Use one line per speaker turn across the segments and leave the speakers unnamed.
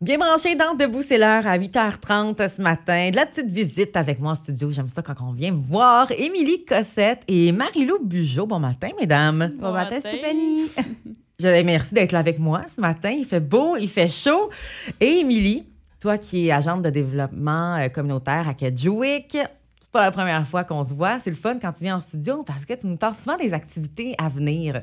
Bien branché dans Debout, c'est l'heure à 8h30 ce matin. De la petite visite avec moi en studio. J'aime ça quand on vient me voir. Émilie Cossette et Marie-Lou Bugeaud. Bon matin, mesdames.
Bon, matin, Stéphanie.
Je, merci d'être là avec moi ce matin. Il fait beau, il fait chaud. Et Émilie, toi qui es agente de développement euh, communautaire à Kedgewick, c'est pas la première fois qu'on se voit. C'est le fun quand tu viens en studio parce que tu nous parles souvent des activités à venir.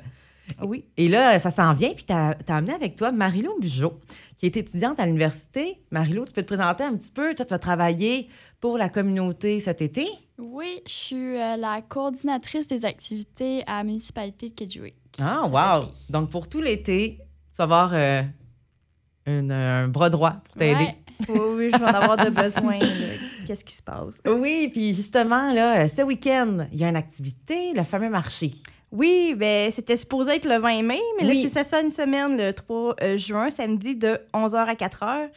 Oui.
Et là, ça s'en vient, puis t'as as amené avec toi Marilou Bugeaud, qui est étudiante à l'université. Marilou, tu peux te présenter un petit peu. Toi, tu vas travailler pour la communauté cet été.
Oui, je suis euh, la coordinatrice des activités à la municipalité de Kedjoué.
Ah, wow! Donc, pour tout l'été, tu vas avoir euh, une- un bras droit pour t'aider.
Oui, oui, je vais en avoir de besoin. là. Qu'est-ce qui se passe?
Oui, puis justement, là, euh, ce week-end, il y a une activité, le fameux marché.
Oui, ben c'était supposé être le 20 mai, mais là,
Oui.
c'est ça fait une semaine, le 3 euh, juin, samedi, de 11h à 4h.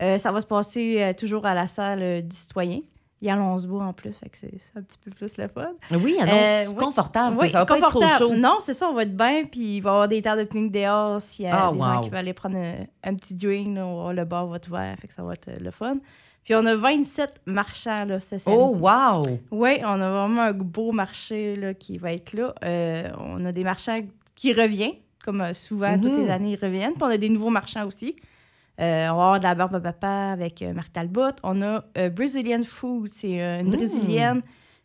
Euh, ça va se passer euh, toujours à la salle euh, du citoyen. Il y a Lonsbourg en plus, fait que c'est c'est un petit peu plus le fun.
Oui, annonce
Euh, oui.
confortable, Ah, ça,
Oui,
ça va pas être trop chaud.
Non, c'est ça, on va être bien, puis il va y avoir des terres de pique-nique dehors s'il y a
Ah,
des
wow.
gens qui veulent aller prendre un, un petit drink. là, on va avoir le bar va être ouvert, fait que ça va être euh, le fun. Puis on a 27 marchands, là, ce samedi.
Oh, wow!
Oui, on a vraiment un beau marché là, qui va être là. Euh, on a des marchands qui reviennent, comme euh, souvent, toutes
Mhm.
les années, ils reviennent. Puis on a des nouveaux marchands aussi. Euh, on va avoir de la barbe à papa avec euh, Marc Talbot. On a euh, Brazilian Food, c'est euh, une
Mm.
Brésilienne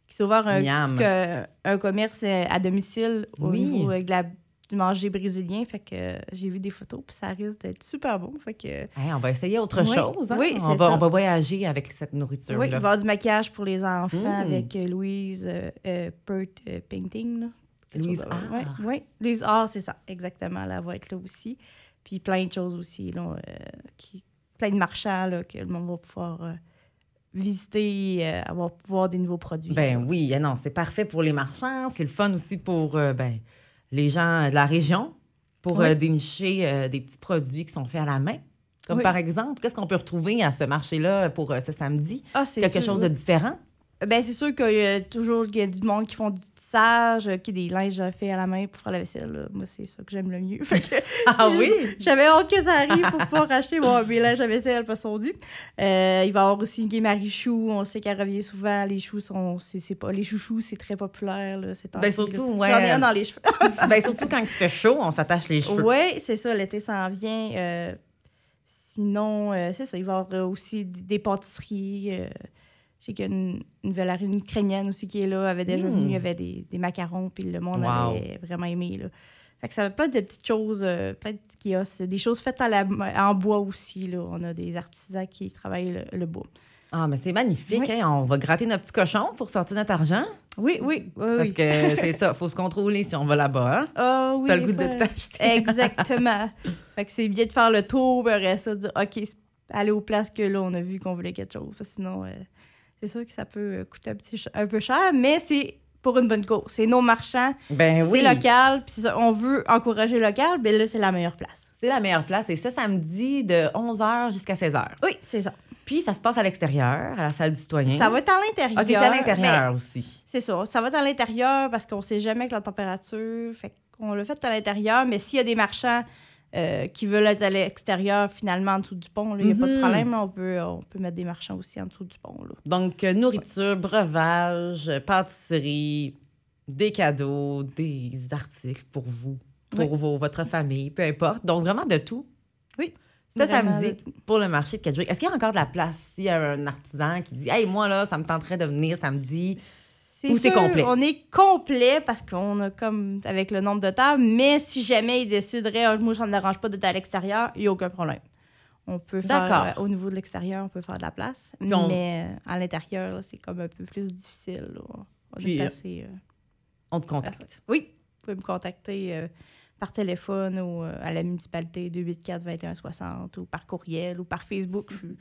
qui s'est ouvert un,
Miam.
petit, euh, un commerce euh, à domicile au
Oui.
niveau euh, de la- du manger brésilien. Fait que euh, j'ai vu des photos, puis ça risque d'être super bon. Fait que...
Hey, on va essayer autre
Oui,
chose. hein?
oui,
on,
c'est
va,
ça.
on va voyager avec cette
Oui, il va y
nourriture-là.
avoir du maquillage pour les enfants
Mm.
avec euh, Louise euh, euh, Pert euh, Painting. là. Quelque
Louise
chose de-
Art.
ouais, ouais. Louise Art, c'est ça, exactement. Là, elle va être là aussi. Puis plein de choses aussi, là, euh, qui, plein de marchands là, que le monde va pouvoir euh, visiter, euh, avoir pouvoir des nouveaux produits.
Ben oui, ah non, c'est parfait pour les marchands, c'est le fun aussi pour euh, ben, les gens de la région, pour
Oui.
euh, dénicher euh, des petits produits qui sont faits à la main. Comme
Oui.
par exemple, qu'est-ce qu'on peut retrouver à ce marché-là pour euh, ce samedi?
Ah, c'est
Quelque
sûr,
chose
oui.
de différent?
Ben, c'est sûr qu'il y a toujours il y a du monde qui font du tissage, euh, qui a des linges faits à la main pour faire la vaisselle. là. Moi, c'est ça que j'aime le mieux. Fait que-
Ah
J-
oui?
J'avais hâte que ça arrive pour pouvoir acheter mon mélange à vaisselle pas son dû. Euh, il va y avoir aussi une game à choux. On sait qu'elle revient souvent. Les choux sont. c'est c'est pas, les chouchous, c'est très populaire. Là, ces temps-ci,
Ben,
là.
surtout,
J'en ai
ouais.
un dans les cheveux.
ben surtout quand il fait chaud, on s'attache les cheveux.
ouais, c'est ça, l'été s'en vient. Euh, sinon, euh, c'est ça, il va y avoir euh, aussi d- des pâtisseries. euh, je sais qu'il y a une, une Valarine ukrainienne aussi qui est là, elle avait déjà
Mm.
venu, il y avait des, des macarons, puis le monde
Wow.
avait vraiment aimé. Là. Fait que ça va plein de petites choses, euh, plein de petits kiosques, des choses faites à la, en bois aussi. Là. On a des artisans qui travaillent le, le bois.
Ah, mais c'est magnifique.
Oui.
hein, On va gratter notre petit cochon pour sortir notre argent.
Oui, oui, oui.
Parce
oui.
que c'est ça, faut se contrôler si on va là-bas. hein.
Ah oui,
T'as le goût de
ouais.
tout acheter.
Exactement. fait que c'est bien de faire le tour, puis après ça, de dire, OK, c'est- aller aux places que là, on a vu qu'on voulait quelque chose. Parce que Sinon, euh, c'est sûr que ça peut euh, coûter un, petit ch- un peu cher, mais c'est pour une bonne cause. C'est nos marchands,
Ben oui.
Eh, c'est local, puis c'est ça, on veut encourager le local, mais là, c'est la meilleure place.
C'est la meilleure place. Et ce samedi de 11h jusqu'à 16h.
Oui, c'est ça.
Puis ça se passe à l'extérieur, à la salle du citoyen.
Ça va être à l'intérieur.
OK, c'est à
mais-
l'intérieur aussi.
C'est ça. Ça va être à l'intérieur parce qu'on sait jamais que la température. Fait qu'on le fait à l'intérieur, mais s'il y a des marchands euh, qui veulent être à l'extérieur, finalement, en dessous du pont, il n'y a pas
Mhm.
de problème. là. On peut, on peut mettre des marchands aussi en dessous du pont. Là.
Donc, euh, nourriture, breuvage, euh, pâtisserie, des cadeaux, des articles pour vous, pour vos- votre famille, peu importe. Donc, vraiment de tout.
Oui,
Ce
vraiment
samedi,
de
pour le marché de Kedgewick, est-ce qu'il y a encore de la place s'il y a un artisan qui dit Hey, moi, là, ça me tenterait de venir samedi.
C'est
Ou c'est
sûr,
complet?
On est complet parce qu'on a comme avec le nombre de tables, mais si jamais ils décideraient, Ah, moi, ça ne me dérange pas d'être à l'extérieur, il n'y a aucun problème. On peut faire,
D'accord.
euh, au niveau de l'extérieur, on peut faire de la place,
Puis on-
mais euh, à l'intérieur, là, c'est comme un peu plus difficile. là. On est
Puis, euh,
assez, euh,
On te contacte.
Oui, vous pouvez me contacter euh, par téléphone ou euh, à la municipalité 284-2160 ou par courriel ou par Facebook. Je suis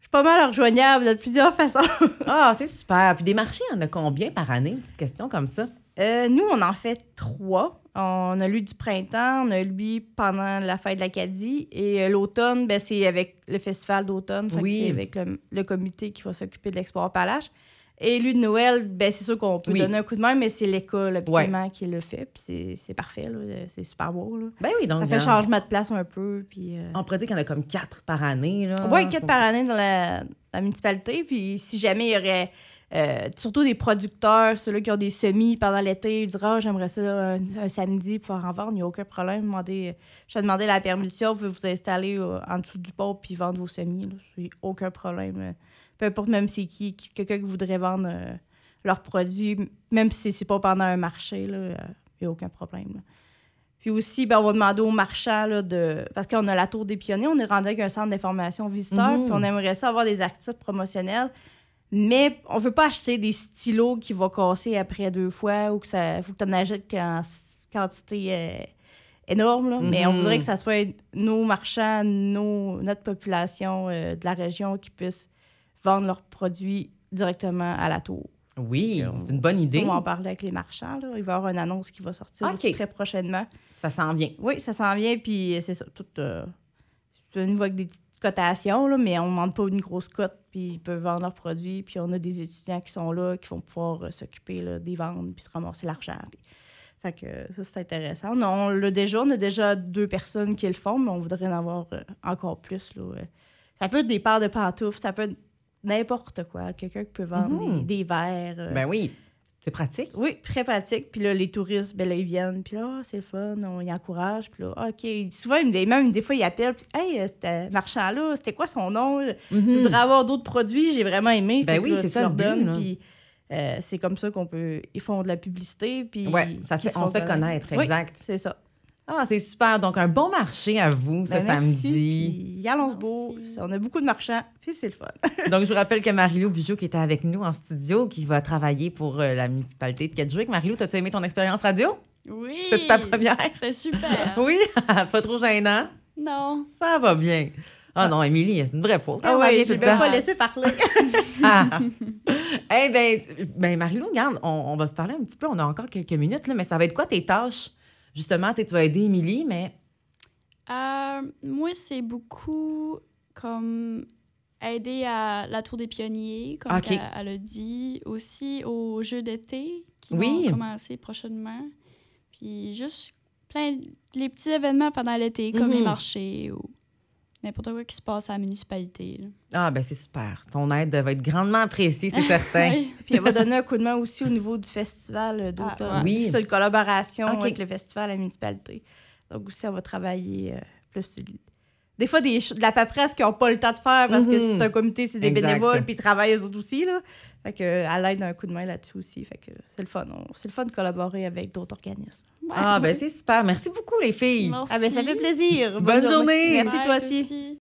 je suis pas mal rejoignable de plusieurs façons.
Ah, c'est super. Puis des marchés, il y en a combien par année Une petite question comme ça.
Euh, nous, on en fait trois. On a lu du printemps, on a lu pendant la fête de l'Acadie et euh, l'automne, ben, c'est avec le festival d'automne. Fait que
Oui.
C'est avec le, le comité qui va s'occuper de l'Expo Appalaches. Et lui de Noël, ben, c'est sûr qu'on peut
Oui.
donner un coup de main, mais c'est l'école habituellement qui le fait. Puis c'est- c'est parfait, là. euh, c'est super beau. Là.
Ben oui, donc.
Ça fait
euh,
changement de place un peu. Puis, euh,
On pourrait dire qu'il y en a comme quatre par année. Là.
on voit quatre par année dans la, dans la municipalité. Puis si jamais il y aurait euh, surtout des producteurs, ceux-là qui ont des semis pendant l'été, ils diront Ah, j'aimerais ça un, un samedi pouvoir en vendre, il n'y a aucun problème. Demandez, je vais demander la permission, vous vous installer euh, en dessous du pont puis vendre vos semis. là. J'ai aucun problème. euh. Peu importe même c'est qui, qui- quelqu'un qui voudrait vendre euh, leurs produits, m- même si c'est pas pendant un marché, là, euh, il n'y a aucun problème. là. Puis aussi, ben, on va demander aux marchands là, de. Parce qu'on a la tour des pionniers, on est rendu avec un centre d'information visiteur,
Mhm.
puis on aimerait ça avoir des articles promotionnels. Mais on veut pas acheter des stylos qui vont casser après deux fois ou que ça faut que tu en achètes qu'en s- quantité euh, énorme. là. Mais on
Mhm.
voudrait que ça soit nos marchands, nos, notre population euh, de la région qui puisse vendre leurs produits directement à la tour.
Oui,
On-
euh, c'est une bonne idée. Ah,
On va en parler avec les marchands. là. Il va y avoir une annonce qui va sortir
OK.
aussi très prochainement.
Ça s'en vient.
Oui, ça s'en vient, puis c'est ça. Tout, euh, c'est une voie avec des petites cotations, là, mais on ne demande pas une grosse cote, puis ils peuvent vendre leurs produits, puis on a des étudiants qui sont là, qui vont pouvoir euh, s'occuper là, des ventes, puis se ramasser l'argent. puis- Fait que euh, ça, c'est intéressant. Non, on l'a déjà, on a déjà deux personnes qui le font, mais on voudrait en avoir euh, encore plus. là, euh. Ça peut être des paires de pantoufles, ça peut être n'importe quoi. Quelqu'un qui peut vendre
Mhm.
des, des verres. euh,
Ben oui, c'est pratique.
oui, très pratique. Puis là, les touristes, ben là, ils viennent. Puis là, Ah, c'est le fun, on y encourage. Puis là, Ah, OK. Souvent, ils me dé- même des fois, ils appellent. Puis, hey, euh, c'était marchand-là, c'était quoi son nom? Je voudrais avoir d'autres produits, j'ai vraiment aimé.
Hmm. Ben
Fait que
oui,
là,
c'est
tu
ça
leur
le but,
donnes,
là.
Puis euh, c'est comme ça qu'on peut. Ils font de la publicité. Puis.
Ouais, ça se
ils
fait- on se fait connaître,
Oui,
exact.
c'est ça.
Ah, c'est super. Donc, un bon marché à vous ce
Ben, merci,
samedi.
Puis, y allons beau.
Merci.
On a beaucoup de marchands. Puis c'est le fun.
Donc, je vous rappelle que Marilou Bugeaud qui était avec nous en studio, qui va travailler pour euh, la municipalité de Kedjouik. Marilou, t'as-tu aimé ton expérience radio?
Oui.
C'était ta première?
C'était super.
Oui, pas trop gênant.
non.
Ça va bien. Ah non, Émilie, c'est une vraie pauvre.
Ah
oui,
ouais, je ne vais pas laisser parler.
Ah. Eh ben, c- ben Marilou, regarde, on, on va se parler un petit peu. On a encore quelques minutes, là, mais ça va être quoi tes tâches? Justement, tu sais, tu vas aider Émilie, mais
Euh, moi, c'est beaucoup comme aider à la Tour des Pionniers, comme
Ok.
qu'elle- elle, a dit, aussi aux Jeux d'été qui
Oui.
vont commencer prochainement. Puis juste plein de- les petits événements pendant l'été, comme les
Mhm.
marchés ou n'importe quoi qui se passe à la municipalité. là.
ah ben c'est super. Ton aide va être grandement appréciée, c'est certain.
Ouais.
Puis elle va donner un coup de main aussi au niveau du festival euh, d'automne.
Ah, ouais.
Oui.
C'est une collaboration
Ok.
avec le festival à la municipalité. Donc aussi, on va travailler euh, plus. Des fois, des, ch- de la paperasse qu'ils n'ont pas le temps de faire parce que
Mhm.
c'est un comité, c'est des
Exact.
bénévoles, puis ils travaillent eux autres aussi. Là. Fait que, euh, elle aide un coup de main là-dessus aussi. Fait que c'est le fun. On- C'est le fun de collaborer avec d'autres organismes.
Ah ben c'est Ah, ben, super. Merci beaucoup les filles.
Merci.
Ah, ben ça fait plaisir.
Bonne journée.
Merci
Bye,
toi aussi.
aussi.